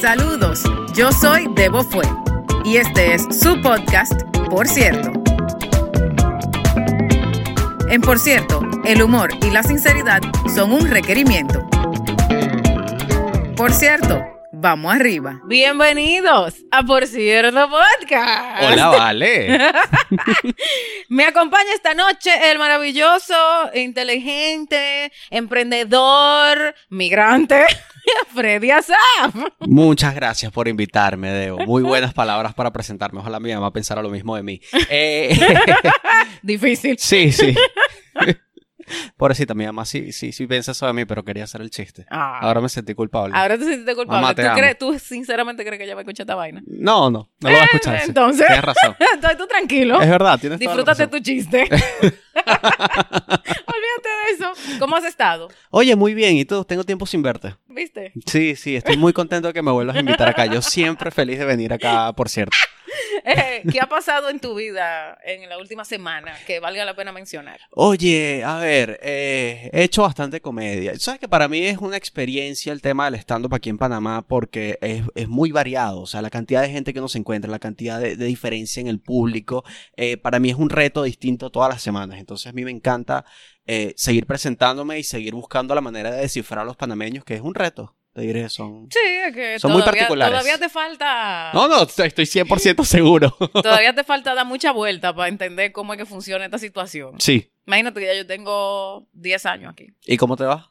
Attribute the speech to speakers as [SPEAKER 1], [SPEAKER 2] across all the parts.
[SPEAKER 1] Saludos, yo soy Debo Fue y este es su podcast, Por cierto. En Por cierto, el humor y la sinceridad son un requerimiento. Por cierto, vamos arriba.
[SPEAKER 2] Bienvenidos a Por Cierto Podcast.
[SPEAKER 3] Hola, vale.
[SPEAKER 2] Me acompaña esta noche el maravilloso, inteligente, emprendedor, migrante, Freddy Asaf.
[SPEAKER 3] Muchas gracias por invitarme, Debo. Muy buenas palabras para presentarme. Ojalá mi mamá pensara lo mismo de mí. Eh,
[SPEAKER 2] Difícil.
[SPEAKER 3] sí, sí. Pobrecita, mi mamá sí, sí, sí piensa eso de mí, pero quería hacer el chiste.
[SPEAKER 2] Ah.
[SPEAKER 3] Ahora me sentí culpable.
[SPEAKER 2] Ahora te sientes culpable.
[SPEAKER 3] Mamá, te
[SPEAKER 2] ¿Tú,
[SPEAKER 3] amo.
[SPEAKER 2] crees- tú sinceramente crees que ella va a escuchar esta vaina?
[SPEAKER 3] No, no, no lo va a escuchar. sí.
[SPEAKER 2] Eh, entonces.
[SPEAKER 3] Tienes razón.
[SPEAKER 2] Entonces tú tranquilo.
[SPEAKER 3] Es verdad, tienes toda la
[SPEAKER 2] Disfrútate
[SPEAKER 3] razón.
[SPEAKER 2] tu chiste. Olvídate de eso. ¿Cómo has estado?
[SPEAKER 3] Oye, muy bien, ¿y tú? Tengo tiempo sin verte.
[SPEAKER 2] ¿Viste?
[SPEAKER 3] Sí, sí, estoy muy contento de que me vuelvas a invitar acá. Yo siempre feliz de venir acá, por cierto.
[SPEAKER 2] Eh, ¿Qué ha pasado en tu vida en la última semana que valga la pena mencionar?
[SPEAKER 3] Oye, a ver, eh, he hecho bastante comedia. Sabes que para mí es una experiencia el tema del stand-up aquí en Panamá porque es, es muy variado. O sea, la cantidad de gente que uno se encuentra, la cantidad de, de diferencia en el público, eh, para mí es un reto distinto todas las semanas. Entonces, a mí me encanta eh, seguir presentándome y seguir buscando la manera de descifrar a los panameños, que es un reto. Te diré, son.
[SPEAKER 2] Sí, es que
[SPEAKER 3] Son muy
[SPEAKER 2] todavía,
[SPEAKER 3] particulares.
[SPEAKER 2] todavía te falta
[SPEAKER 3] No, no, estoy estoy 100% seguro.
[SPEAKER 2] todavía te falta dar mucha vuelta para entender cómo es que funciona esta situación.
[SPEAKER 3] Sí.
[SPEAKER 2] Imagínate que ya yo tengo 10 años aquí.
[SPEAKER 3] ¿Y cómo te va?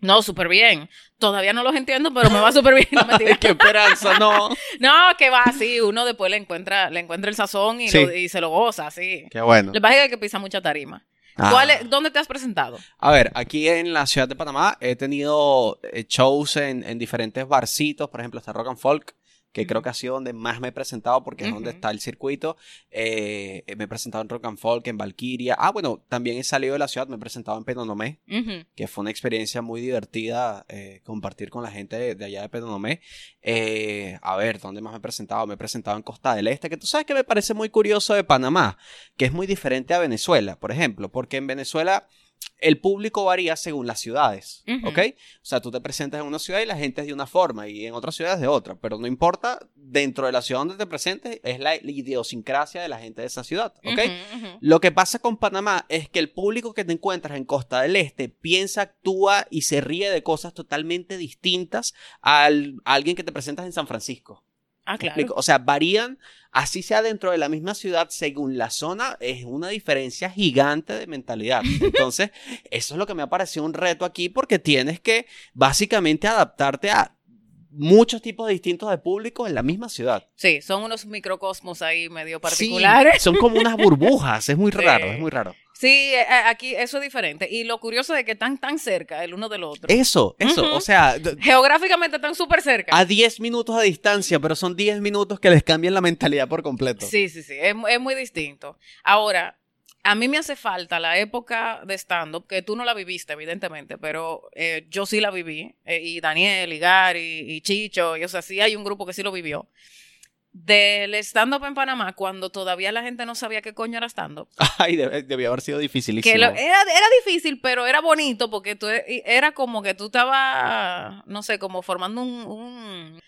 [SPEAKER 2] No, súper bien. Todavía no los entiendo, pero me va súper bien. No, mentira.
[SPEAKER 3] ¡Qué esperanza! No.
[SPEAKER 2] No, que va así. Uno después le encuentra, le encuentra el sazón y,
[SPEAKER 3] Sí.
[SPEAKER 2] lo- y se lo goza, sí.
[SPEAKER 3] Qué bueno.
[SPEAKER 2] Lo que pasa es que hay que pisa mucha tarima.
[SPEAKER 3] Ah.
[SPEAKER 2] ¿Cuál es- ¿Dónde te has presentado?
[SPEAKER 3] A ver, aquí en la ciudad de Panamá he tenido eh, shows en, en diferentes barcitos, por ejemplo, está Rock and Folk, que creo que ha sido donde más me he presentado porque es donde
[SPEAKER 2] Ujú.
[SPEAKER 3] está el circuito. Eh, me he presentado en Rock and Folk, en Valkyria. Ah, bueno, también he salido de la ciudad, me he presentado en Penonomé,
[SPEAKER 2] Ujú.
[SPEAKER 3] que fue una experiencia muy divertida eh, compartir con la gente de, de allá de Penonomé. Eh, a ver, ¿dónde más me he presentado? Me he presentado en Costa del Este, que tú sabes que me parece muy curioso de Panamá, que es muy diferente a Venezuela, por ejemplo, porque en Venezuela el público varía según las ciudades,
[SPEAKER 2] Ujú.
[SPEAKER 3] ¿ok? O sea, tú te presentas en una ciudad y la gente es de una forma y en otra ciudad es de otra, pero no importa, dentro de la ciudad donde te presentes es la idiosincrasia de la gente de esa ciudad, ¿ok?
[SPEAKER 2] Ujú, ujú.
[SPEAKER 3] Lo que pasa con Panamá es que el público que te encuentras en Costa del Este piensa, actúa y se ríe de cosas totalmente distintas al, a alguien que te presentas en San Francisco.
[SPEAKER 2] Ah,
[SPEAKER 3] ¿Me
[SPEAKER 2] claro.
[SPEAKER 3] explico? O sea, varían, así sea dentro de la misma ciudad, según la zona, es una diferencia gigante de mentalidad. Entonces, eso es lo que me ha parecido un reto aquí porque tienes que básicamente adaptarte a muchos tipos distintos de público en la misma ciudad.
[SPEAKER 2] Sí, son unos microcosmos ahí medio
[SPEAKER 3] Sí,
[SPEAKER 2] particulares.
[SPEAKER 3] son como unas burbujas, es muy
[SPEAKER 2] Sí.
[SPEAKER 3] raro, es muy raro.
[SPEAKER 2] Sí, eh, eh, aquí eso es diferente. Y lo curioso es que están tan cerca el uno del otro.
[SPEAKER 3] Eso, eso,
[SPEAKER 2] Ujú.
[SPEAKER 3] o sea, d-
[SPEAKER 2] Geográficamente están súper cerca.
[SPEAKER 3] a 10 minutos a distancia, pero son 10 minutos que les cambian la mentalidad por completo.
[SPEAKER 2] Sí, sí, sí, es, mu- es muy distinto. Ahora, a mí me hace falta la época de stand-up, que tú no la viviste, evidentemente, pero eh, yo sí la viví, eh, y Daniel, y Gary, y Chicho, y, o sea, sí hay un grupo que sí lo vivió. Del stand-up en Panamá, cuando todavía la gente no sabía qué coño era stand-up.
[SPEAKER 3] Ay, debe- debió haber sido dificilísimo.
[SPEAKER 2] Que lo- eh, era, era difícil, pero era bonito porque tú e- y era como que tú estabas, no sé, como formando un... un-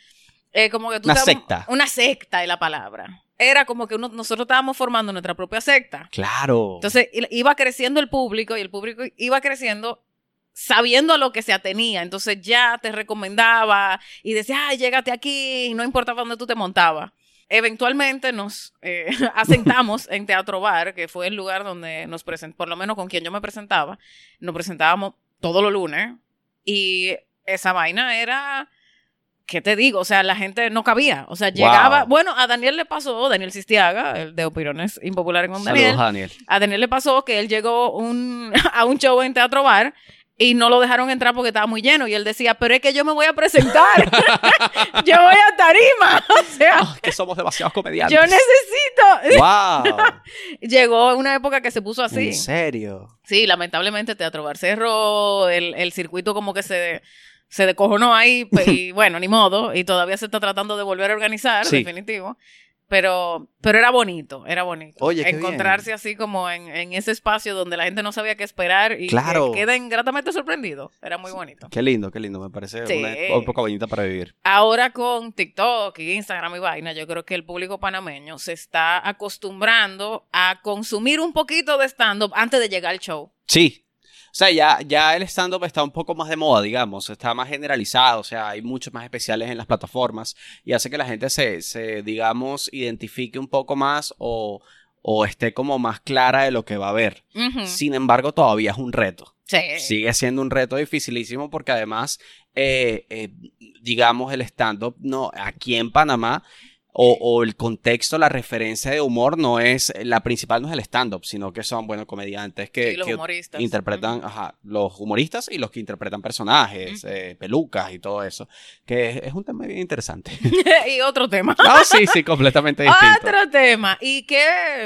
[SPEAKER 2] eh, como que tú
[SPEAKER 3] Una
[SPEAKER 2] estabas-
[SPEAKER 3] secta.
[SPEAKER 2] Una secta es la palabra. Era como que uno- nosotros estábamos formando nuestra propia secta.
[SPEAKER 3] Claro.
[SPEAKER 2] Entonces i- iba creciendo el público y el público iba creciendo sabiendo a lo que se atenía. Entonces ya te recomendaba y decía, ay, llégate aquí, y no importaba dónde tú te montabas. Eventualmente nos eh, asentamos en Teatro Bar, que fue el lugar donde nos presentamos, por lo menos con quien yo me presentaba, nos presentábamos todos los lunes y esa vaina era... ¿Qué te digo? O sea, la gente no cabía. O sea, llegaba.
[SPEAKER 3] Wow.
[SPEAKER 2] Bueno, a Daniel le pasó, Daniel Sistiaga, el de Opiniones Impopulares con Daniel.
[SPEAKER 3] Saludos, Daniel.
[SPEAKER 2] A Daniel le pasó que él llegó un- a un show en Teatro Bar y no lo dejaron entrar porque estaba muy lleno. Y él decía, pero es que yo me voy a presentar. yo voy a tarima. O sea,
[SPEAKER 3] Ah, que somos demasiados comediantes.
[SPEAKER 2] yo necesito.
[SPEAKER 3] ¡Wow!
[SPEAKER 2] Llegó una época que se puso así.
[SPEAKER 3] ¿En serio?
[SPEAKER 2] Sí, lamentablemente Teatro Bar cerró, el, el circuito como que se, se pues, decojonó ahí, pe- y bueno, ni modo, y todavía se está tratando de volver a organizar,
[SPEAKER 3] Sí.
[SPEAKER 2] definitivo. Pero, pero era bonito, era bonito.
[SPEAKER 3] Oye, qué bien.
[SPEAKER 2] Encontrarse así como en, en ese espacio donde la gente no sabía qué esperar y
[SPEAKER 3] Claro.
[SPEAKER 2] que queden gratamente sorprendidos. Era muy bonito.
[SPEAKER 3] Qué lindo, qué lindo. Me parece
[SPEAKER 2] Sí.
[SPEAKER 3] una época bonita para vivir.
[SPEAKER 2] Ahora con TikTok y Instagram y vaina, yo creo que el público panameño se está acostumbrando a consumir un poquito de stand-up antes de llegar al show.
[SPEAKER 3] Sí. O sea, ya, ya el stand-up está un poco más de moda, digamos, está más generalizado, o sea, hay muchos más especiales en las plataformas y hace que la gente se, se digamos, identifique un poco más o, o esté como más clara de lo que va a ver.
[SPEAKER 2] Ujú.
[SPEAKER 3] Sin embargo, todavía es un reto.
[SPEAKER 2] Sí.
[SPEAKER 3] Sigue siendo un reto dificilísimo porque además, eh, eh, digamos, el stand-up no, aquí en Panamá o, o el contexto, la referencia de humor no es, la principal no es el stand-up, sino que son, bueno, comediantes que,
[SPEAKER 2] Sí, los
[SPEAKER 3] que
[SPEAKER 2] humoristas.
[SPEAKER 3] interpretan, ajá, los humoristas y los que interpretan personajes, eh, pelucas y todo eso, que es, es un tema bien interesante.
[SPEAKER 2] Ujú. y otro tema.
[SPEAKER 3] Ah, sí, sí, completamente
[SPEAKER 2] Ah,
[SPEAKER 3] distinto.
[SPEAKER 2] Otro tema. Y que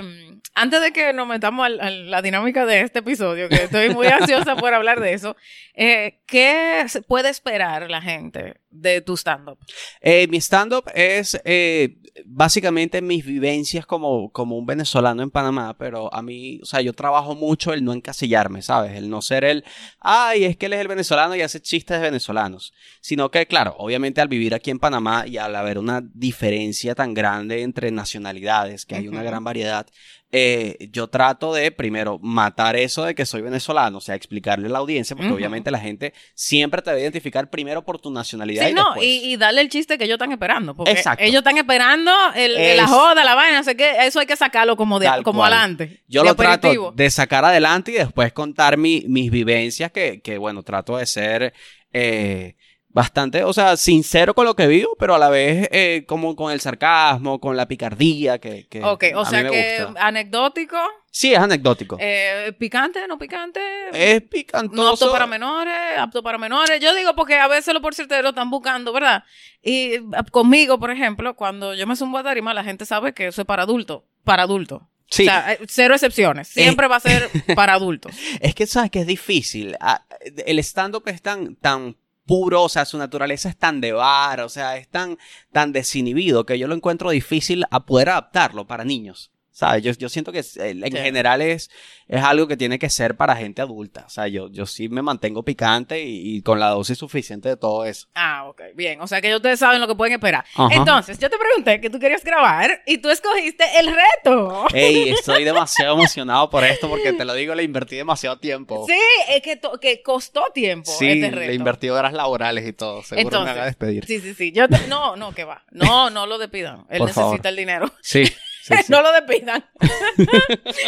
[SPEAKER 2] mm, antes de que nos metamos al- a la dinámica de este episodio, que estoy muy ansiosa por hablar de eso, eh, ¿qué se puede esperar la gente de tu stand-up?
[SPEAKER 3] Eh, mi stand-up es eh, básicamente mis vivencias como, como un venezolano en Panamá, pero a mí, o sea, yo trabajo mucho el no encasillarme, ¿sabes? El no ser el, ay, es que él es el venezolano y hace chistes de venezolanos. Sino que, claro, obviamente al vivir aquí en Panamá y al haber una diferencia tan grande entre nacionalidades, que hay una
[SPEAKER 2] Ujú.
[SPEAKER 3] gran variedad, eh, yo trato de, primero, matar eso de que soy venezolano, o sea, explicarle a la audiencia, porque
[SPEAKER 2] Ujú.
[SPEAKER 3] obviamente la gente siempre te va a identificar primero por tu nacionalidad.
[SPEAKER 2] Sí,
[SPEAKER 3] y
[SPEAKER 2] no,
[SPEAKER 3] después-
[SPEAKER 2] y, y darle el chiste que ellos están esperando. Porque
[SPEAKER 3] Exacto.
[SPEAKER 2] ellos están esperando el, el- la
[SPEAKER 3] Es-
[SPEAKER 2] joda, la vaina, así que eso hay que sacarlo como, de,
[SPEAKER 3] Tal
[SPEAKER 2] como
[SPEAKER 3] cual.
[SPEAKER 2] adelante.
[SPEAKER 3] Yo
[SPEAKER 2] de
[SPEAKER 3] lo trato
[SPEAKER 2] aperitivo.
[SPEAKER 3] de sacar adelante y después contar mi- mis vivencias, que, que, bueno, trato de ser eh, bastante, o sea, sincero con lo que vivo, pero a la vez eh, como con el sarcasmo, con la picardía, que, que
[SPEAKER 2] Ok, o
[SPEAKER 3] a mí
[SPEAKER 2] sea
[SPEAKER 3] me
[SPEAKER 2] que
[SPEAKER 3] gusta.
[SPEAKER 2] anecdótico,
[SPEAKER 3] Sí, es anecdótico.
[SPEAKER 2] eh, picante, no picante.
[SPEAKER 3] es
[SPEAKER 2] No
[SPEAKER 3] picantoso.
[SPEAKER 2] apto para menores, apto para menores. Yo digo porque a veces los porcierteros están buscando, ¿verdad? Y eh, conmigo, por ejemplo, cuando yo me subo a tarima, la gente sabe que eso es para adultos. Para adultos.
[SPEAKER 3] Sí,
[SPEAKER 2] O sea, eh, cero excepciones. Siempre va a ser para adultos.
[SPEAKER 3] es que sabes que es difícil. Ah, El stand-up es tan, tan puro, o sea, su naturaleza es tan de bar, o sea, es tan, tan desinhibido que yo lo encuentro difícil a poder adaptarlo para niños. ¿Sabes? Yo, yo siento que es- el- en
[SPEAKER 2] Sí.
[SPEAKER 3] general es, es algo que tiene que ser para gente adulta. O sea, yo, yo sí me mantengo picante y, y con la dosis suficiente de todo eso.
[SPEAKER 2] Ah, ok, bien. O sea que ya ustedes saben lo que pueden esperar.
[SPEAKER 3] Ajá.
[SPEAKER 2] Entonces, yo te pregunté que tú querías grabar y tú escogiste el reto.
[SPEAKER 3] Ey, estoy demasiado emocionado por esto porque te lo digo, le invertí demasiado tiempo.
[SPEAKER 2] Sí, es que, to- que costó tiempo
[SPEAKER 3] Oh. Sí,
[SPEAKER 2] este reto.
[SPEAKER 3] le invertí horas laborales y todo. Seguro
[SPEAKER 2] Entonces,
[SPEAKER 3] me van a despedir.
[SPEAKER 2] Sí, sí, sí. Yo te- no, no, que va. No, no lo despidan. Él
[SPEAKER 3] Por
[SPEAKER 2] necesita
[SPEAKER 3] favor.
[SPEAKER 2] el dinero.
[SPEAKER 3] Sí, sí, sí.
[SPEAKER 2] No lo despidan.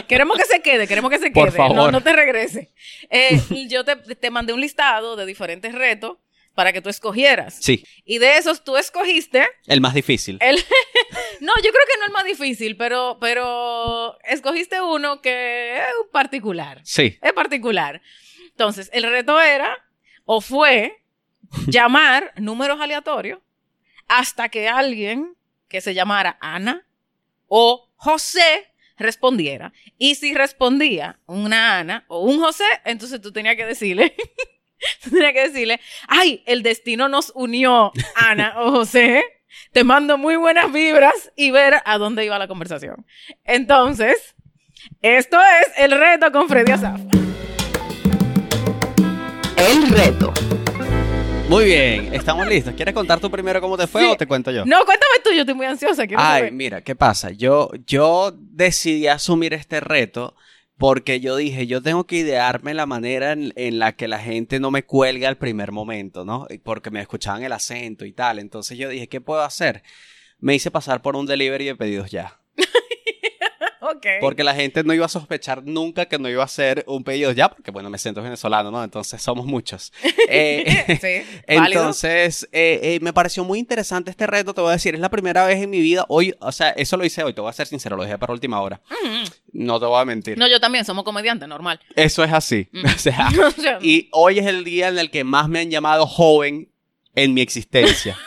[SPEAKER 2] queremos que se quede, queremos que se quede.
[SPEAKER 3] Por
[SPEAKER 2] No,
[SPEAKER 3] favor.
[SPEAKER 2] no te regrese. Eh, y yo te, te mandé un listado de diferentes retos para que tú escogieras.
[SPEAKER 3] Sí,
[SPEAKER 2] Y de esos tú escogiste.
[SPEAKER 3] el más difícil.
[SPEAKER 2] El... no, yo creo que no el más difícil, pero, pero escogiste uno que es un particular.
[SPEAKER 3] Sí.
[SPEAKER 2] Es particular. Entonces, el reto era o fue llamar números aleatorios hasta que alguien que se llamara Ana o José respondiera. Y si respondía una Ana o un José, entonces tú tenías que decirle, tú tenías que decirle, ay, el destino nos unió, Ana o José. Te mando muy buenas vibras y ver a dónde iba la conversación. Entonces, esto es el reto con Freddy Azaf.
[SPEAKER 1] El reto.
[SPEAKER 3] Muy bien, estamos listos. ¿Quieres contar tú primero cómo te fue
[SPEAKER 2] Sí.
[SPEAKER 3] o te cuento yo?
[SPEAKER 2] No, cuéntame tú, yo estoy muy ansiosa. Quiero
[SPEAKER 3] Ay,
[SPEAKER 2] saber.
[SPEAKER 3] mira, ¿qué pasa? Yo, yo decidí asumir este reto porque yo dije, yo tengo que idearme la manera en, en la que la gente no me cuelga al primer momento, ¿no? Porque me escuchaban el acento y tal. Entonces yo dije, ¿qué puedo hacer? Me hice pasar por un delivery de pedidos ya.
[SPEAKER 2] Ok.
[SPEAKER 3] Porque la gente no iba a sospechar nunca que no iba a hacer un pedido ya, porque bueno, me siento venezolano, ¿no? Entonces somos muchos. Eh,
[SPEAKER 2] sí, válido.
[SPEAKER 3] Entonces, eh, eh, me pareció muy interesante este reto, te voy a decir, es la primera vez en mi vida, hoy, o sea, eso lo hice hoy, te voy a ser sincero, lo dejé para última hora,
[SPEAKER 2] Mm.
[SPEAKER 3] no te voy a mentir.
[SPEAKER 2] No, yo también, somos comediantes, normal.
[SPEAKER 3] Eso es así,
[SPEAKER 2] Mm.
[SPEAKER 3] o sea,
[SPEAKER 2] O sea,
[SPEAKER 3] y hoy es el día en el que más me han llamado joven en mi existencia.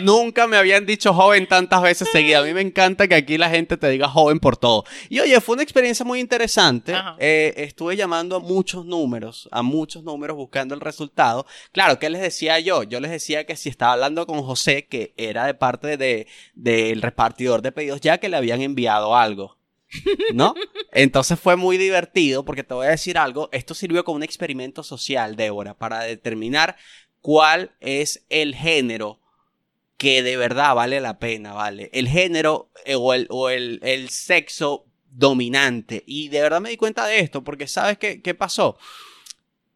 [SPEAKER 3] Nunca me habían dicho joven tantas veces seguida. A mí me encanta que aquí la gente te diga joven por todo. Y oye, fue una experiencia muy interesante.
[SPEAKER 2] Ajá.
[SPEAKER 3] Eh, estuve llamando a muchos números, a muchos números buscando el resultado. Claro, ¿qué les decía yo? Yo les decía que si estaba hablando con José, que era de parte de- del repartidor de pedidos ya que le habían enviado algo. ¿No? Entonces fue muy divertido porque te voy a decir algo. Esto sirvió como un experimento social, Débora, para determinar cuál es el género que de verdad vale la pena, ¿vale? El género eh, o el, o el, el sexo dominante. Y de verdad me di cuenta de esto, porque ¿sabes qué, qué pasó?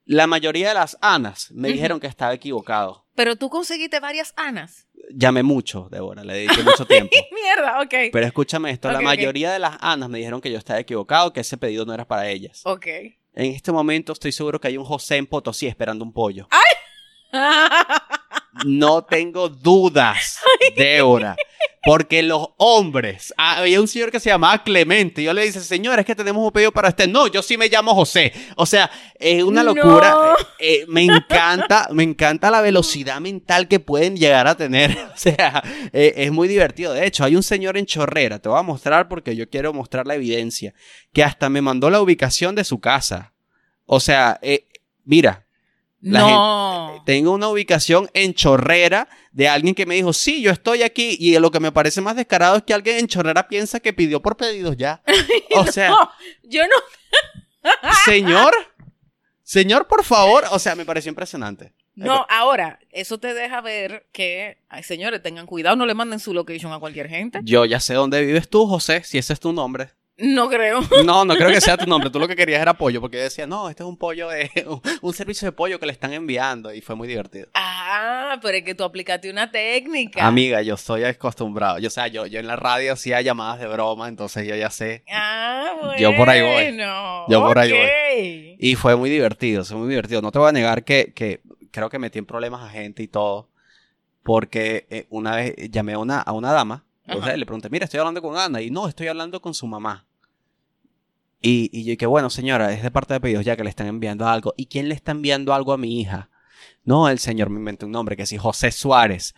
[SPEAKER 3] La mayoría de las Anas me
[SPEAKER 2] Ujú.
[SPEAKER 3] dijeron que estaba equivocado.
[SPEAKER 2] Pero tú conseguiste varias Anas.
[SPEAKER 3] Llamé mucho, Débora, le dediqué mucho tiempo.
[SPEAKER 2] Mierda, ok.
[SPEAKER 3] Pero escúchame esto,
[SPEAKER 2] Ok,
[SPEAKER 3] la
[SPEAKER 2] ok.
[SPEAKER 3] mayoría de las Anas me dijeron que yo estaba equivocado, que ese pedido no era para ellas.
[SPEAKER 2] Ok.
[SPEAKER 3] En este momento estoy seguro que hay un José en Potosí esperando un pollo. No tengo dudas, Débora. Porque los hombres, ah, había un señor que se llamaba Clemente, y yo le dice, señor, es que tenemos un pedido para usted. No, yo sí me llamo José. O sea, es una
[SPEAKER 2] No.
[SPEAKER 3] locura. Eh, eh, me encanta, me encanta la velocidad mental que pueden llegar a tener. O sea, eh, es muy divertido. De hecho, hay un señor en Chorrera, te voy a mostrar porque yo quiero mostrar la evidencia, que hasta me mandó la ubicación de su casa. O sea, eh, mira, La
[SPEAKER 2] no.
[SPEAKER 3] tengo una ubicación en Chorrera de alguien que me dijo, sí, yo estoy aquí. Y lo que me parece más descarado es que alguien en Chorrera piensa que pidió por pedidos ya. O sea,
[SPEAKER 2] No, yo no.
[SPEAKER 3] señor, señor, por favor. O sea, me pareció impresionante.
[SPEAKER 2] No, ahora, eso te deja ver que, ay, señores, tengan cuidado, no le manden su location a cualquier gente.
[SPEAKER 3] Yo ya sé dónde vives tú, José, si ese es tu nombre.
[SPEAKER 2] No creo.
[SPEAKER 3] No, no creo que sea tu nombre. Tú lo que querías era pollo, porque yo decía, no, este es un pollo de un servicio de pollo que le están enviando y fue muy divertido.
[SPEAKER 2] Ah, pero es que tú aplicaste una técnica.
[SPEAKER 3] Amiga, yo soy acostumbrado. Yo, o sea, yo, yo en la radio hacía llamadas de broma, entonces yo ya sé.
[SPEAKER 2] Ah, bueno.
[SPEAKER 3] Yo por ahí voy. Yo por ahí voy.
[SPEAKER 2] voy.
[SPEAKER 3] Y fue muy divertido, fue muy divertido. No te voy a negar que, que creo que metí en problemas a gente y todo. Porque eh, una vez llamé a una, a una dama, o
[SPEAKER 2] Ajá.
[SPEAKER 3] sea, le pregunté, mira, estoy hablando con Ana. Y no, estoy hablando con su mamá. Y, y yo dije, bueno, señora, es de parte de pedidos ya que le están enviando algo. ¿Y quién le está enviando algo a mi hija? No, el señor me inventó un nombre, que sí, José Suárez.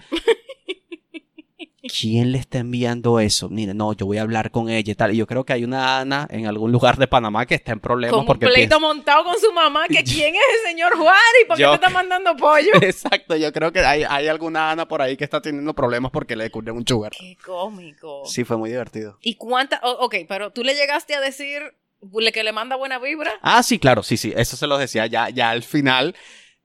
[SPEAKER 3] ¿Quién le está enviando eso? Mira, no, yo voy a hablar con ella y tal. Y yo creo que hay una Ana en algún lugar de Panamá que está en problemas
[SPEAKER 2] Con un
[SPEAKER 3] porque
[SPEAKER 2] pleito
[SPEAKER 3] piensa-
[SPEAKER 2] montado con su mamá, que quién es el señor Juárez y por qué
[SPEAKER 3] Yo-
[SPEAKER 2] te está mandando pollo.
[SPEAKER 3] Exacto, yo creo que hay, hay alguna Ana por ahí que está teniendo problemas porque le descubrieron un sugar.
[SPEAKER 2] Qué cómico.
[SPEAKER 3] Sí, fue muy divertido.
[SPEAKER 2] ¿Y cuántas? ok, pero tú le llegaste a decir le- que le manda buena vibra,
[SPEAKER 3] Ah, sí, claro, sí, sí, eso se los decía ya, ya al final,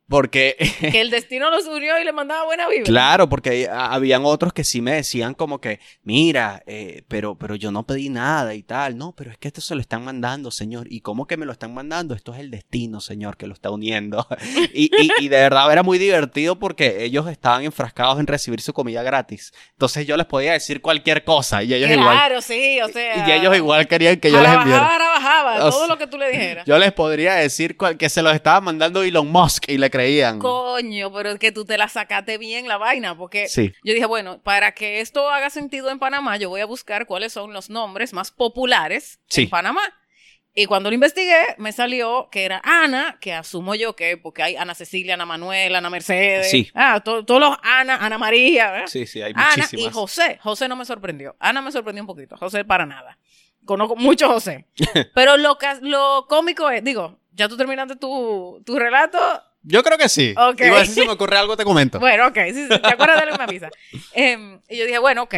[SPEAKER 3] porque,
[SPEAKER 2] que el destino los unió y le mandaba buena vibra.
[SPEAKER 3] claro, porque a- habían otros que sí me decían como que, mira, eh, pero, pero yo no pedí nada y tal, no, pero es que esto se lo están mandando, señor, y cómo que me lo están mandando, esto es el destino, señor, que lo está uniendo. Y, y, y de verdad era muy divertido porque ellos estaban enfrascados en recibir su comida gratis, entonces yo les podía decir cualquier cosa y ellos igual.
[SPEAKER 2] claro, sí, o sea.
[SPEAKER 3] Y ellos igual querían que yo
[SPEAKER 2] ahora
[SPEAKER 3] les
[SPEAKER 2] bajaba,
[SPEAKER 3] enviara.
[SPEAKER 2] ahora bajaba,
[SPEAKER 3] O
[SPEAKER 2] todo
[SPEAKER 3] sea,
[SPEAKER 2] lo que tú le dijeras.
[SPEAKER 3] Yo les podría decir cual- que se los estaba mandando Elon Musk y le creían.
[SPEAKER 2] Coño, pero es que tú te la sacaste bien la vaina, porque
[SPEAKER 3] Sí.
[SPEAKER 2] yo dije, bueno, para que esto haga sentido en Panamá, yo voy a buscar cuáles son los nombres más populares
[SPEAKER 3] Sí.
[SPEAKER 2] en Panamá. Y cuando lo investigué, me salió que era Ana, que asumo yo que, porque hay Ana Cecilia, Ana Manuela, Ana Mercedes.
[SPEAKER 3] Sí.
[SPEAKER 2] Ah, to- todos los Ana, Ana María, ¿verdad?
[SPEAKER 3] Sí, sí, hay
[SPEAKER 2] Ana y José. José no me sorprendió. Ana me sorprendió un poquito. José para nada. Conozco mucho a José. Pero lo, ca- lo cómico es, digo, ya tú terminaste tu, tu relato.
[SPEAKER 3] Yo creo que sí.
[SPEAKER 2] Ok.
[SPEAKER 3] Igual si se me ocurre algo te comento.
[SPEAKER 2] Bueno, ok, si si te acuerdas de la misma avisa. Em, y yo dije, bueno, ok.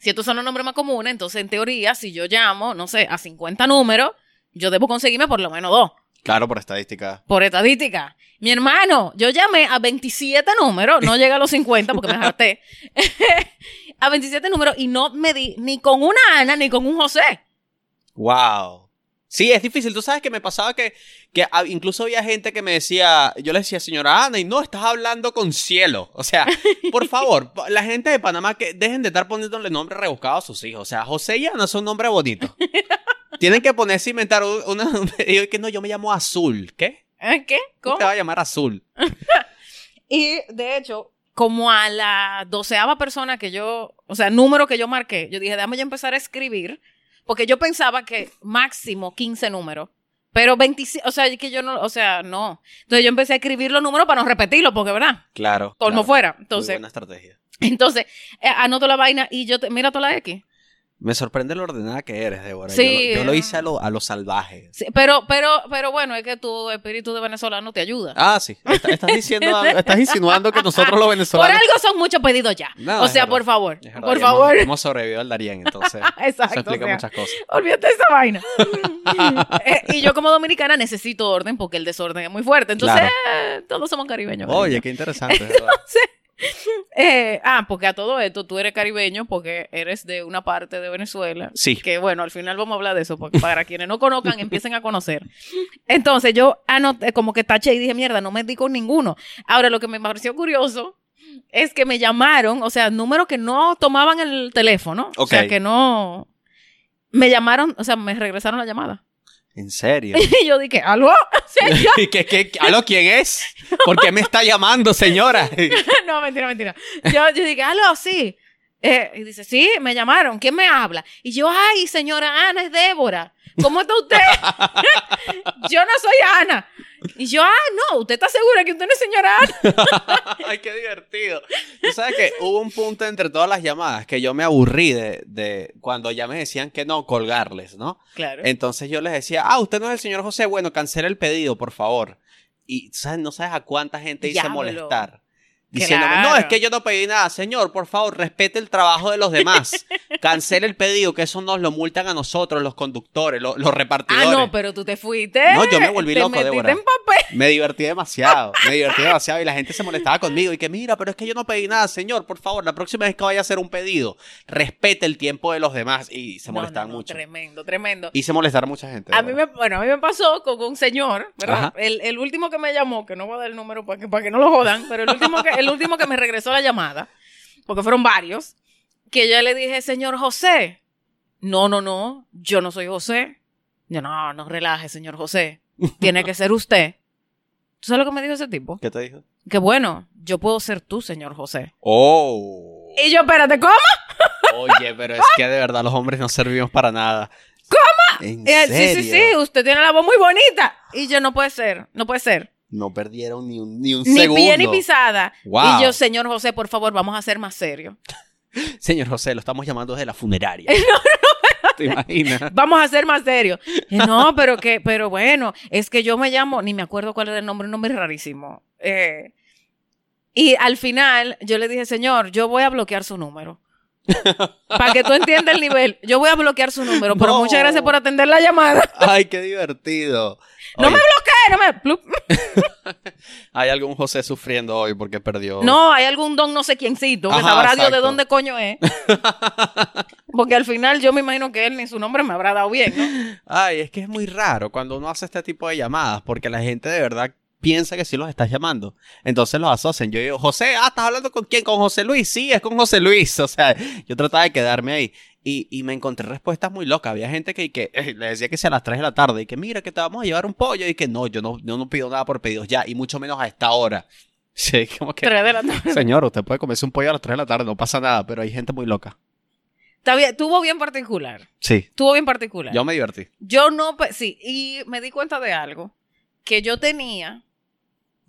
[SPEAKER 2] Si estos son los nombres más comunes, entonces en teoría, si yo llamo, no sé, a 50 números, yo debo conseguirme por lo menos dos,
[SPEAKER 3] Claro, por estadística.
[SPEAKER 2] por estadística. Mi hermano, yo llamé a 27 números, no llegué a los 50 porque me harté. a 27 números y no me di ni con una Ana ni con un José.
[SPEAKER 3] Wow. Sí, es difícil. Tú sabes que me pasaba que, que ah, incluso había gente que me decía, yo le decía, señora Ana, y no, estás hablando con cielo. O sea, por favor, pa- la gente de Panamá, que dejen de estar poniéndole nombres rebuscados a sus hijos. O sea, José y Ana son nombres bonitos. Tienen que ponerse a inventar un- una... y yo que no, yo me llamo Azul. ¿Qué?
[SPEAKER 2] ¿Eh, ¿Qué?
[SPEAKER 3] ¿Cómo
[SPEAKER 2] ¿Cómo?
[SPEAKER 3] te va a llamar Azul?
[SPEAKER 2] Y de hecho, como a la doceava persona que yo, o sea, número que yo marqué, yo dije, déjame yo empezar a escribir, porque yo pensaba que máximo 15 números. Pero 25, o sea, es que yo no, o sea, no. Entonces yo empecé a escribir los números para no repetirlos, porque, ¿verdad?
[SPEAKER 3] Claro.
[SPEAKER 2] Todo
[SPEAKER 3] claro.
[SPEAKER 2] fuera.
[SPEAKER 3] Muy
[SPEAKER 2] Entonces,
[SPEAKER 3] buena estrategia.
[SPEAKER 2] entonces eh, anoto la vaina y yo, te- mira toda la X.
[SPEAKER 3] Me sorprende lo ordenada que eres, Débora.
[SPEAKER 2] Sí.
[SPEAKER 3] Yo, lo- yo lo hice a lo, a lo salvaje.
[SPEAKER 2] Sí, pero, pero, pero bueno, es que tu espíritu de venezolano te ayuda.
[SPEAKER 3] Ah, sí. Está- estás, diciendo, algo- estás insinuando que nosotros los
[SPEAKER 2] por
[SPEAKER 3] venezolanos...
[SPEAKER 2] algo son muchos pedidos ya.
[SPEAKER 3] No,
[SPEAKER 2] o
[SPEAKER 3] es
[SPEAKER 2] sea,
[SPEAKER 3] verdad.
[SPEAKER 2] por favor,
[SPEAKER 3] Es verdad,
[SPEAKER 2] por
[SPEAKER 3] ya hemos-
[SPEAKER 2] favor.
[SPEAKER 3] Hemos, sobrevivido al Darien, entonces.
[SPEAKER 2] Exacto.
[SPEAKER 3] Eso explica
[SPEAKER 2] o sea,
[SPEAKER 3] muchas cosas.
[SPEAKER 2] Olvídate de esa vaina. Eh, y yo como dominicana necesito orden porque el desorden es muy fuerte. Entonces, eh, todos somos caribeños.
[SPEAKER 3] Oye,
[SPEAKER 2] cariño.
[SPEAKER 3] qué interesante. es verdad.
[SPEAKER 2] Eh, ah, porque a todo esto tú eres caribeño porque eres de una parte de Venezuela.
[SPEAKER 3] Sí.
[SPEAKER 2] Que bueno, al final vamos a hablar de eso porque para quienes no conozcan, empiecen a conocer. Entonces yo anoté, como que taché y dije, mierda, no me di con ninguno. Ahora, lo que me pareció curioso es que me llamaron, o sea, números que no tomaban el teléfono. O sea,
[SPEAKER 3] Ok.
[SPEAKER 2] que no. Me llamaron, o sea, me regresaron la llamada.
[SPEAKER 3] En serio.
[SPEAKER 2] Y yo dije, ¿aló? O sea, yo-
[SPEAKER 3] ¿Y qué, qué, qué- ¿Aló quién es? ¿Por qué me está llamando, señora?
[SPEAKER 2] no, mentira, mentira. Yo, yo dije, aló, sí. Eh, y dice, sí, me llamaron, ¿quién me habla? Y yo, ay, señora Ana, es Débora. ¿Cómo está usted? yo no soy Ana. Y yo, ah, no, ¿usted está segura que usted no es señora Ana?
[SPEAKER 3] Ay, qué divertido. Tú sabes que hubo un punto entre todas las llamadas que yo me aburrí de, de cuando ya me decían que no, colgarles, ¿no?
[SPEAKER 2] Claro.
[SPEAKER 3] Entonces yo les decía, ah, usted no es el señor José, bueno, cancela el pedido, por favor. Y ¿sabes? no sabes a cuánta gente hice
[SPEAKER 2] Diablo.
[SPEAKER 3] molestar. Diciéndome, no,
[SPEAKER 2] Claro.
[SPEAKER 3] es que yo no pedí nada, señor, por favor, respete el trabajo de los demás. Cancele el pedido, que eso nos lo multan a nosotros, los conductores, lo- los,
[SPEAKER 2] Ah,
[SPEAKER 3] repartidores.
[SPEAKER 2] no, pero tú te fuiste.
[SPEAKER 3] No, yo me volví
[SPEAKER 2] Te
[SPEAKER 3] loco,
[SPEAKER 2] metiste
[SPEAKER 3] Débora.
[SPEAKER 2] en papel.
[SPEAKER 3] Me divertí demasiado, me divertí demasiado y la gente se molestaba conmigo y que mira, pero es que yo no pedí nada, señor, por favor, la próxima vez que vaya a hacer un pedido, respete el tiempo de los demás y se
[SPEAKER 2] No, no,
[SPEAKER 3] molestaban
[SPEAKER 2] no,
[SPEAKER 3] mucho.
[SPEAKER 2] Tremendo, tremendo.
[SPEAKER 3] Hice molestar a mucha gente.
[SPEAKER 2] A
[SPEAKER 3] de
[SPEAKER 2] mí
[SPEAKER 3] verdad.
[SPEAKER 2] me, bueno, a mí me pasó con un señor, ¿verdad?
[SPEAKER 3] Ajá.
[SPEAKER 2] El, el último que me llamó, que no voy a dar el número para que, para que no lo jodan, pero el último, que, el último que me regresó la llamada, porque fueron varios, que yo le dije, señor José, no, no, no, yo no soy José. Yo, no, no relaje, señor José, tiene que ser usted. ¿Tú sabes lo que me dijo ese tipo?
[SPEAKER 3] ¿Qué te dijo?
[SPEAKER 2] Que bueno, yo puedo ser tú, señor José.
[SPEAKER 3] Oh.
[SPEAKER 2] Y yo, espérate, ¿cómo?
[SPEAKER 3] Oye, pero es que de verdad los hombres no servimos para nada. ¿Cómo? ¿En
[SPEAKER 2] Y él, Eh, sí,
[SPEAKER 3] serio?
[SPEAKER 2] sí, sí, usted tiene la voz muy bonita. Y yo, no puede ser, no puede ser.
[SPEAKER 3] No perdieron ni un, ni un
[SPEAKER 2] ni
[SPEAKER 3] segundo.
[SPEAKER 2] pie ni pisada.
[SPEAKER 3] Wow.
[SPEAKER 2] Y yo, señor José, por favor, vamos a ser más serios.
[SPEAKER 3] Señor José, lo estamos llamando desde la funeraria. ¿Te imaginas?
[SPEAKER 2] Vamos a ser más serios. Y, No, pero que, pero bueno, es que yo me llamo, ni me acuerdo cuál era el nombre, un nombre rarísimo. Eh, y al final yo le dije, señor, yo voy a bloquear su número. Para que tú entiendas el nivel, yo voy a bloquear su número, pero
[SPEAKER 3] No.
[SPEAKER 2] muchas gracias por atender la llamada.
[SPEAKER 3] Ay, qué divertido.
[SPEAKER 2] No
[SPEAKER 3] Oye,
[SPEAKER 2] me bloquee, no me. plup.
[SPEAKER 3] Hay algún José sufriendo hoy porque perdió.
[SPEAKER 2] No, hay algún don no sé quiéncito, que
[SPEAKER 3] Ajá,
[SPEAKER 2] sabrá Dios de
[SPEAKER 3] exacto.
[SPEAKER 2] dónde coño es. Porque al final yo me imagino que él ni su nombre me habrá dado bien, ¿no?
[SPEAKER 3] Ay, es que es muy raro cuando uno hace este tipo de llamadas, porque la gente de verdad piensa que sí los estás llamando. Entonces los asocian. Yo digo, José, ah, ¿estás hablando con quién? ¿Con José Luis? Sí, es con José Luis. O sea, yo trataba de quedarme ahí. Y, y me encontré respuestas muy locas. Había gente que, que eh, le decía que sea a las 3 de la tarde y que mira que te vamos a llevar un pollo y que no, yo no, yo no pido nada por pedidos ya y mucho menos a esta hora. Sí, como que,
[SPEAKER 2] Tres de la tarde.
[SPEAKER 3] señor, usted puede comerse un pollo a las 3 de la tarde, no pasa nada, pero hay gente muy loca.
[SPEAKER 2] Está bien, tuvo bien particular.
[SPEAKER 3] Sí,
[SPEAKER 2] Tuvo bien particular.
[SPEAKER 3] yo me divertí.
[SPEAKER 2] Yo no, pe- sí, y me di cuenta de algo, que yo tenía,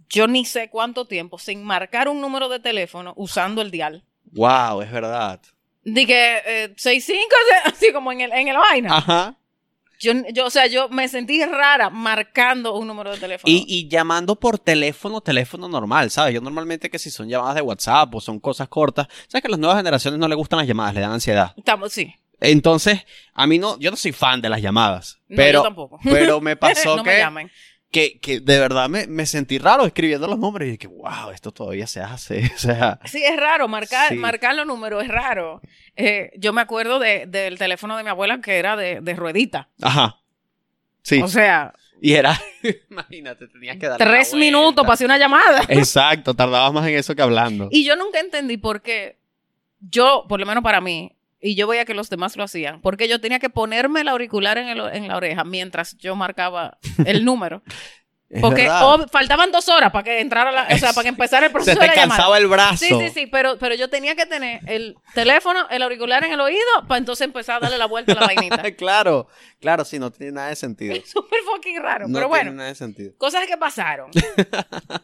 [SPEAKER 2] yo ni sé cuánto tiempo, sin marcar un número de teléfono usando el dial.
[SPEAKER 3] Wow, es verdad.
[SPEAKER 2] Dije, eh, 65, así como en el, en el vaina.
[SPEAKER 3] Ajá.
[SPEAKER 2] Yo, yo, o sea, yo me sentí rara marcando un número de teléfono.
[SPEAKER 3] Y, y llamando por teléfono, teléfono normal, ¿sabes? Yo normalmente que si son llamadas de WhatsApp o son cosas cortas, ¿sabes que a las nuevas generaciones no les gustan las llamadas, le dan ansiedad?
[SPEAKER 2] Estamos, sí.
[SPEAKER 3] Entonces, a mí no, yo no soy fan de las llamadas,
[SPEAKER 2] No, yo
[SPEAKER 3] pero,
[SPEAKER 2] tampoco.
[SPEAKER 3] pero me pasó
[SPEAKER 2] no me
[SPEAKER 3] que,
[SPEAKER 2] llamen.
[SPEAKER 3] que, que de verdad me, me sentí raro escribiendo los nombres y dije, wow, esto todavía se hace, o sea,
[SPEAKER 2] Sí, es raro, marcar,
[SPEAKER 3] Sí.
[SPEAKER 2] marcar los números es raro. Eh, yo me acuerdo de- del teléfono de mi abuela que era de, de ruedita.
[SPEAKER 3] ajá. Sí,
[SPEAKER 2] O sea,
[SPEAKER 3] y era, imagínate, tenías que dar
[SPEAKER 2] tres minutos para hacer una llamada.
[SPEAKER 3] Exacto, tardabas más en eso que hablando.
[SPEAKER 2] Y yo nunca entendí por qué yo, por lo menos para mí, y yo veía que los demás lo hacían, porque yo tenía que ponerme el auricular en, el o- en la oreja mientras yo marcaba el número.
[SPEAKER 3] Es
[SPEAKER 2] Porque
[SPEAKER 3] verdad.
[SPEAKER 2] ob- faltaban dos horas para que entrara la, o sea, para que empezara el proceso
[SPEAKER 3] Se
[SPEAKER 2] de
[SPEAKER 3] te
[SPEAKER 2] la llamada.
[SPEAKER 3] cansaba el brazo.
[SPEAKER 2] Sí, sí, sí, pero, pero yo tenía que tener el teléfono, el auricular en el oído, para entonces empezar a darle la vuelta a la vainita.
[SPEAKER 3] claro, claro, sí, no tiene nada de sentido.
[SPEAKER 2] Súper fucking raro,
[SPEAKER 3] no
[SPEAKER 2] pero bueno.
[SPEAKER 3] tiene nada de sentido.
[SPEAKER 2] Cosas que pasaron.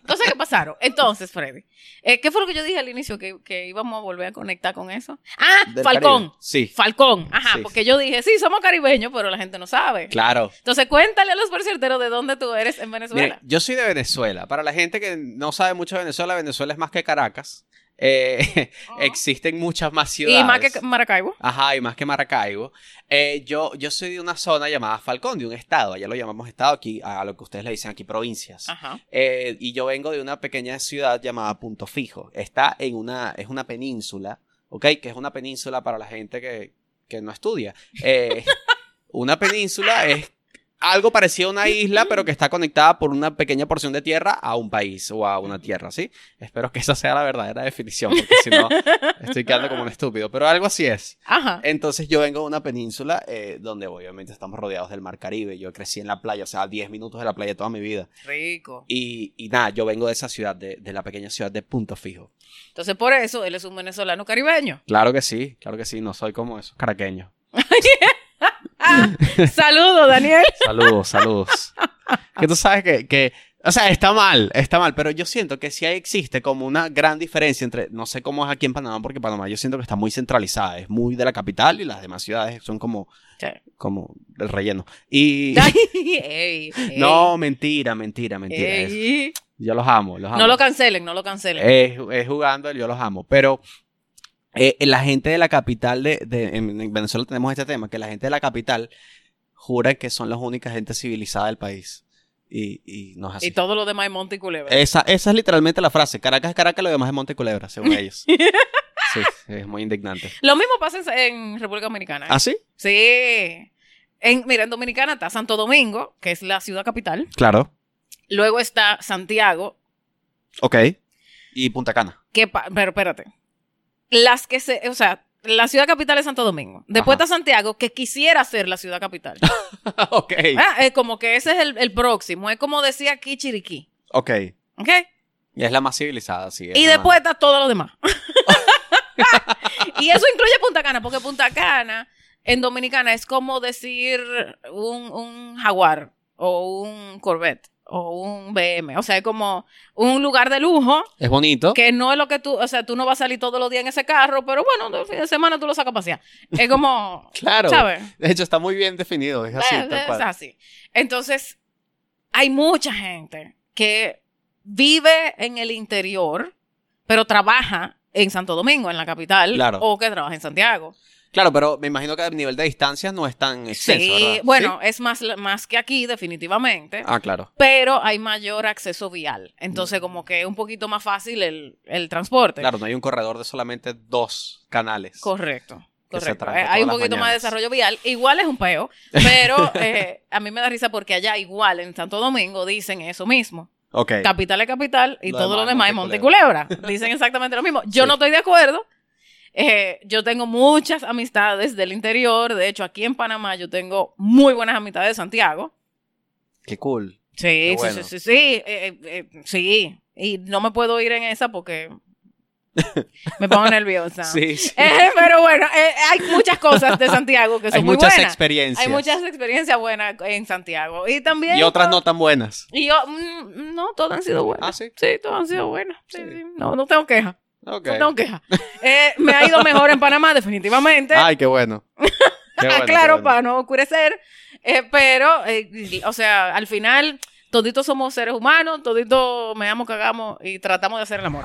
[SPEAKER 2] Cosas que pasaron. Entonces, Freddy, eh, ¿qué fue lo que yo dije al inicio? Que, que íbamos a volver a conectar con eso. Ah,
[SPEAKER 3] Del
[SPEAKER 2] Falcón.
[SPEAKER 3] Caribe. Sí,
[SPEAKER 2] Falcón. Ajá,
[SPEAKER 3] Sí.
[SPEAKER 2] porque yo dije, sí, somos caribeños, pero la gente no sabe.
[SPEAKER 3] claro.
[SPEAKER 2] Entonces, cuéntale a los porcierteros de dónde tú eres en Venezuela.
[SPEAKER 3] Miren, yo soy de Venezuela. Para la gente que no sabe mucho de Venezuela, Venezuela es más que Caracas. Eh, Existen muchas más ciudades.
[SPEAKER 2] Oh. y más que Maracaibo.
[SPEAKER 3] Ajá, y más que Maracaibo. Eh, yo, yo soy de una zona llamada Falcón, de un estado. Allá lo llamamos estado, aquí a lo que ustedes le dicen aquí provincias.
[SPEAKER 2] Ajá.
[SPEAKER 3] Eh, y yo vengo de una pequeña ciudad llamada Punto Fijo. Está en una, es una península, ¿ok? Que es una península para la gente que, que no estudia. Eh, una península es algo parecido a una isla, pero que está conectada por una pequeña porción de tierra a un país o a una tierra, ¿sí? Espero que esa sea la verdadera definición, porque si no, estoy quedando como un estúpido. Pero algo así es.
[SPEAKER 2] Ajá.
[SPEAKER 3] Entonces yo vengo de una península eh, donde obviamente estamos rodeados del mar Caribe. Yo crecí en la playa, o sea, a 10 minutos de la playa toda mi vida.
[SPEAKER 2] Rico.
[SPEAKER 3] Y, y nada, yo vengo de esa ciudad, de, de la pequeña ciudad de Punto Fijo.
[SPEAKER 2] Entonces, por eso él es un venezolano caribeño.
[SPEAKER 3] Claro que sí, claro que sí, no soy como esos caraqueños.
[SPEAKER 2] Ah, saludo, Daniel.
[SPEAKER 3] Saludos, saludos. Que tú sabes que, que, o sea, está mal, está mal, pero yo siento que sí ahí existe como una gran diferencia entre, no sé cómo es aquí en Panamá, porque Panamá yo siento que está muy centralizada, es muy de la capital y las demás ciudades son como,
[SPEAKER 2] Sí.
[SPEAKER 3] como el relleno. Y...
[SPEAKER 2] Ay, ey, ey,
[SPEAKER 3] No, mentira, mentira, mentira. es-
[SPEAKER 2] ey.
[SPEAKER 3] Yo los amo, los amo.
[SPEAKER 2] No lo cancelen, no lo cancelen.
[SPEAKER 3] es, Eh, es jugando, yo los amo. Pero eh, la gente de la capital, de, de- en, en Venezuela tenemos este tema, que la gente de la capital jura que son las únicas gente civilizada del país. Y, y no es así.
[SPEAKER 2] y todo lo demás es Monte y Culebra.
[SPEAKER 3] Esa, esa es literalmente la frase. Caracas es Caracas, lo demás es Monte Culebra, según ellos. sí, es muy indignante.
[SPEAKER 2] Lo mismo pasa en, en República Dominicana. ¿eh?
[SPEAKER 3] ¿Ah, sí?
[SPEAKER 2] Sí. En, mira, en Dominicana está Santo Domingo, que es la ciudad capital.
[SPEAKER 3] Claro.
[SPEAKER 2] Luego está Santiago,
[SPEAKER 3] Ok. Y Punta Cana.
[SPEAKER 2] que... pa- pero espérate. Las que se... O sea, la ciudad capital es Santo Domingo. Después
[SPEAKER 3] Ajá.
[SPEAKER 2] está Santiago, que quisiera ser la ciudad capital.
[SPEAKER 3] ok.
[SPEAKER 2] Ah, es como que ese es el, el próximo. Es como decía aquí Chiriquí.
[SPEAKER 3] Ok.
[SPEAKER 2] ¿Ok?
[SPEAKER 3] Y es la más civilizada, sí. es
[SPEAKER 2] Y
[SPEAKER 3] la más-
[SPEAKER 2] después está todo lo demás. y eso incluye Punta Cana, porque Punta Cana en Dominicana es como decir un, un jaguar o un Corvette o un BM. O sea, es como un lugar de lujo
[SPEAKER 3] Es bonito.
[SPEAKER 2] que no es lo que tú, o sea, tú no vas a salir todos los días en ese carro, pero bueno, el fin de semana tú lo sacas a pasear. Es como,
[SPEAKER 3] Claro.
[SPEAKER 2] ¿sabes?
[SPEAKER 3] De hecho, está muy bien definido, es así,
[SPEAKER 2] Eh,
[SPEAKER 3] tal
[SPEAKER 2] es
[SPEAKER 3] cual.
[SPEAKER 2] así. Entonces, hay mucha gente que vive en el interior, pero trabaja en Santo Domingo, en la capital,
[SPEAKER 3] Claro.
[SPEAKER 2] o que trabaja en Santiago.
[SPEAKER 3] Claro, pero me imagino que a nivel de distancias no es tan extenso,
[SPEAKER 2] sí,
[SPEAKER 3] ¿verdad?
[SPEAKER 2] bueno, es más, más que aquí, definitivamente.
[SPEAKER 3] ¿Sí? Ah, claro.
[SPEAKER 2] Pero hay mayor acceso vial. Entonces, como que es un poquito más fácil el, el transporte.
[SPEAKER 3] Claro, no hay un corredor de solamente dos canales.
[SPEAKER 2] Correcto.
[SPEAKER 3] Que se
[SPEAKER 2] Correcto.
[SPEAKER 3] tranca
[SPEAKER 2] Eh,
[SPEAKER 3] todas
[SPEAKER 2] Hay un
[SPEAKER 3] las
[SPEAKER 2] poquito más de
[SPEAKER 3] mañanas.
[SPEAKER 2] desarrollo vial. Igual es un peo, pero eh, a mí me da risa porque allá igual en Santo Domingo dicen eso mismo.
[SPEAKER 3] ok.
[SPEAKER 2] Capital es capital y
[SPEAKER 3] Eh, Lo
[SPEAKER 2] todo lo demás
[SPEAKER 3] demás es
[SPEAKER 2] es Monte y
[SPEAKER 3] Monte
[SPEAKER 2] Culebra. Dicen exactamente lo mismo. Yo
[SPEAKER 3] Sí.
[SPEAKER 2] no estoy de acuerdo. Eh, yo tengo muchas amistades del interior. De hecho, aquí en Panamá yo tengo muy buenas amistades de Santiago.
[SPEAKER 3] Qué cool.
[SPEAKER 2] Sí, sí, sí,
[SPEAKER 3] bueno.
[SPEAKER 2] sí, sí, eh, eh, eh, sí. Y no me puedo ir en esa porque me pongo nerviosa.
[SPEAKER 3] Sí, sí.
[SPEAKER 2] Eh, pero bueno, eh, hay muchas cosas de Santiago que son
[SPEAKER 3] hay
[SPEAKER 2] muy
[SPEAKER 3] muchas
[SPEAKER 2] buenas.
[SPEAKER 3] experiencias.
[SPEAKER 2] Hay muchas experiencias buenas en Santiago. Y también.
[SPEAKER 3] Y otras no tan buenas.
[SPEAKER 2] Y yo, mm, no, todas han sido buenas.
[SPEAKER 3] Ah, ¿sí?
[SPEAKER 2] todas han sido buenas. Sí,
[SPEAKER 3] Sí.
[SPEAKER 2] sí. No, no tengo queja.
[SPEAKER 3] Ok.
[SPEAKER 2] No tengo queja. Eh, me ha ido mejor en Panamá, definitivamente.
[SPEAKER 3] Ay, qué bueno. Qué bueno, qué
[SPEAKER 2] Ah, claro,
[SPEAKER 3] bueno.
[SPEAKER 2] para no oscurecer. Eh, pero, eh, o sea, al final, toditos somos seres humanos, toditos meamos, cagamos y tratamos de hacer el amor.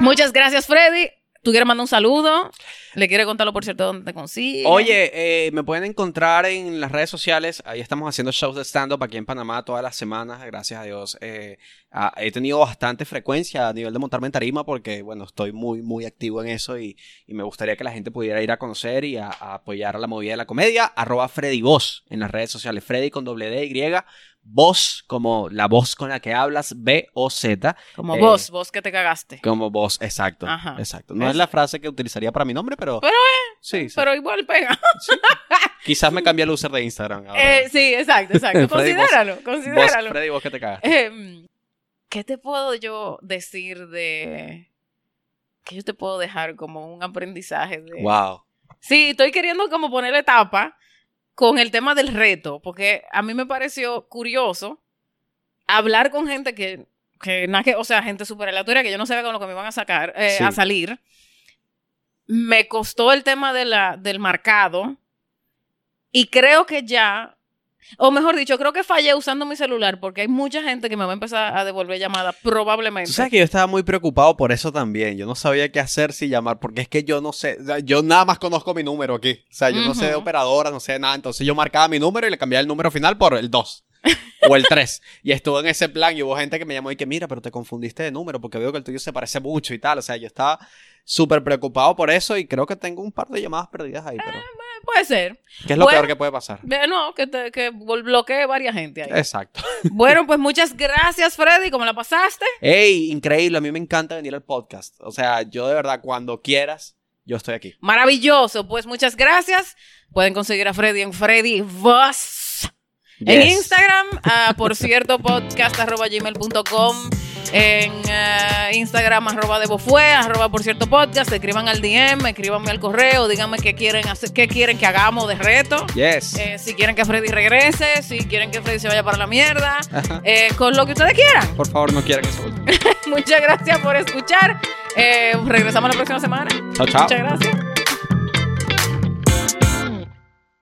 [SPEAKER 2] Muchas gracias, Freddy. ¿Tú quieres mandar un saludo? ¿Le quieres contarlo, por cierto, dónde te consigue?
[SPEAKER 3] Oye, eh, me pueden encontrar en las redes sociales. Ahí estamos haciendo shows de stand-up aquí en Panamá todas las semanas, gracias a Dios. Eh, ah, he tenido bastante frecuencia a nivel de montarme en tarima porque, bueno, estoy muy, muy activo en eso y, y me gustaría que la gente pudiera ir a conocer y a, a apoyar a la movida de la comedia. Arroba Freddy Voz en las redes sociales. Freddy con doble D, Y. Voz, como la voz con la que hablas, B-O-Z.
[SPEAKER 2] Como
[SPEAKER 3] eh,
[SPEAKER 2] vos, vos que te cagaste.
[SPEAKER 3] Como voz, exacto.
[SPEAKER 2] Ajá.
[SPEAKER 3] Exacto. No es la frase que utilizaría para mi nombre, pero...
[SPEAKER 2] Pero
[SPEAKER 3] Sí, Ah, sí.
[SPEAKER 2] Pero igual pega.
[SPEAKER 3] Quizás me cambie el user de Instagram. ahora.
[SPEAKER 2] Eh, sí, exacto, exacto.
[SPEAKER 3] Freddy, vos-
[SPEAKER 2] considéralo,
[SPEAKER 3] Vos,
[SPEAKER 2] considéralo.
[SPEAKER 3] Freddy, vos que te cagas.
[SPEAKER 2] Em, ¿Qué te puedo yo decir de... que yo te puedo dejar como un aprendizaje de...
[SPEAKER 3] Wow.
[SPEAKER 2] Sí, estoy queriendo como ponerle tapa con el tema del reto, porque a mí me pareció curioso hablar con gente que, que, nada que- o sea, gente súper aleatoria que yo no sabía con lo que me iban a sacar, eh,
[SPEAKER 3] Sí.
[SPEAKER 2] a salir. Me costó el tema de la, del marcado y creo que ya, o mejor dicho, creo que fallé usando mi celular porque hay mucha gente que me va a empezar a devolver llamadas probablemente.
[SPEAKER 3] Tú sabes que yo estaba muy preocupado por eso también. Yo no sabía qué hacer si llamar, porque es que yo no sé, o sea, yo nada más conozco mi número aquí. O sea, yo no sé de
[SPEAKER 2] Ujú.
[SPEAKER 3] operadora, no sé de nada. Entonces yo marcaba mi número y le cambiaba el número final por el 2 o el 3. Y estuve en ese plan y hubo gente que me llamó y que, mira, pero te confundiste de número porque veo que el tuyo se parece mucho y tal. O sea, yo estaba súper preocupado por eso y creo que tengo un par de llamadas perdidas ahí. Pero,
[SPEAKER 2] Puede ser.
[SPEAKER 3] ¿Qué es lo
[SPEAKER 2] bueno.
[SPEAKER 3] peor que puede pasar?
[SPEAKER 2] Eh, No, que, te- que bol- bloqueé varias gente ahí.
[SPEAKER 3] Exacto.
[SPEAKER 2] Bueno, pues muchas gracias, Freddy. ¿Cómo la pasaste?
[SPEAKER 3] Ey, increíble. A mí me encanta venir al podcast. O sea, yo de verdad, cuando quieras, yo estoy aquí.
[SPEAKER 2] Maravilloso. Pues muchas gracias. Pueden conseguir a Freddy en Freddy Voss. En
[SPEAKER 3] Yes.
[SPEAKER 2] Instagram, ah, por cierto, podcast arroba gmail.com. En ah, Instagram, arroba debofue, arroba por cierto podcast. Escriban al DM, escríbanme al correo, díganme qué quieren, hacer, qué quieren que hagamos de reto.
[SPEAKER 3] Yes.
[SPEAKER 2] Eh, si quieren que Freddy regrese, si quieren que Freddy se vaya para la mierda, eh, con lo que ustedes quieran.
[SPEAKER 3] Por favor, no quieran que se vuelva.
[SPEAKER 2] Muchas gracias por escuchar. Eh, regresamos la próxima semana.
[SPEAKER 3] Chao, chao.
[SPEAKER 2] Muchas gracias.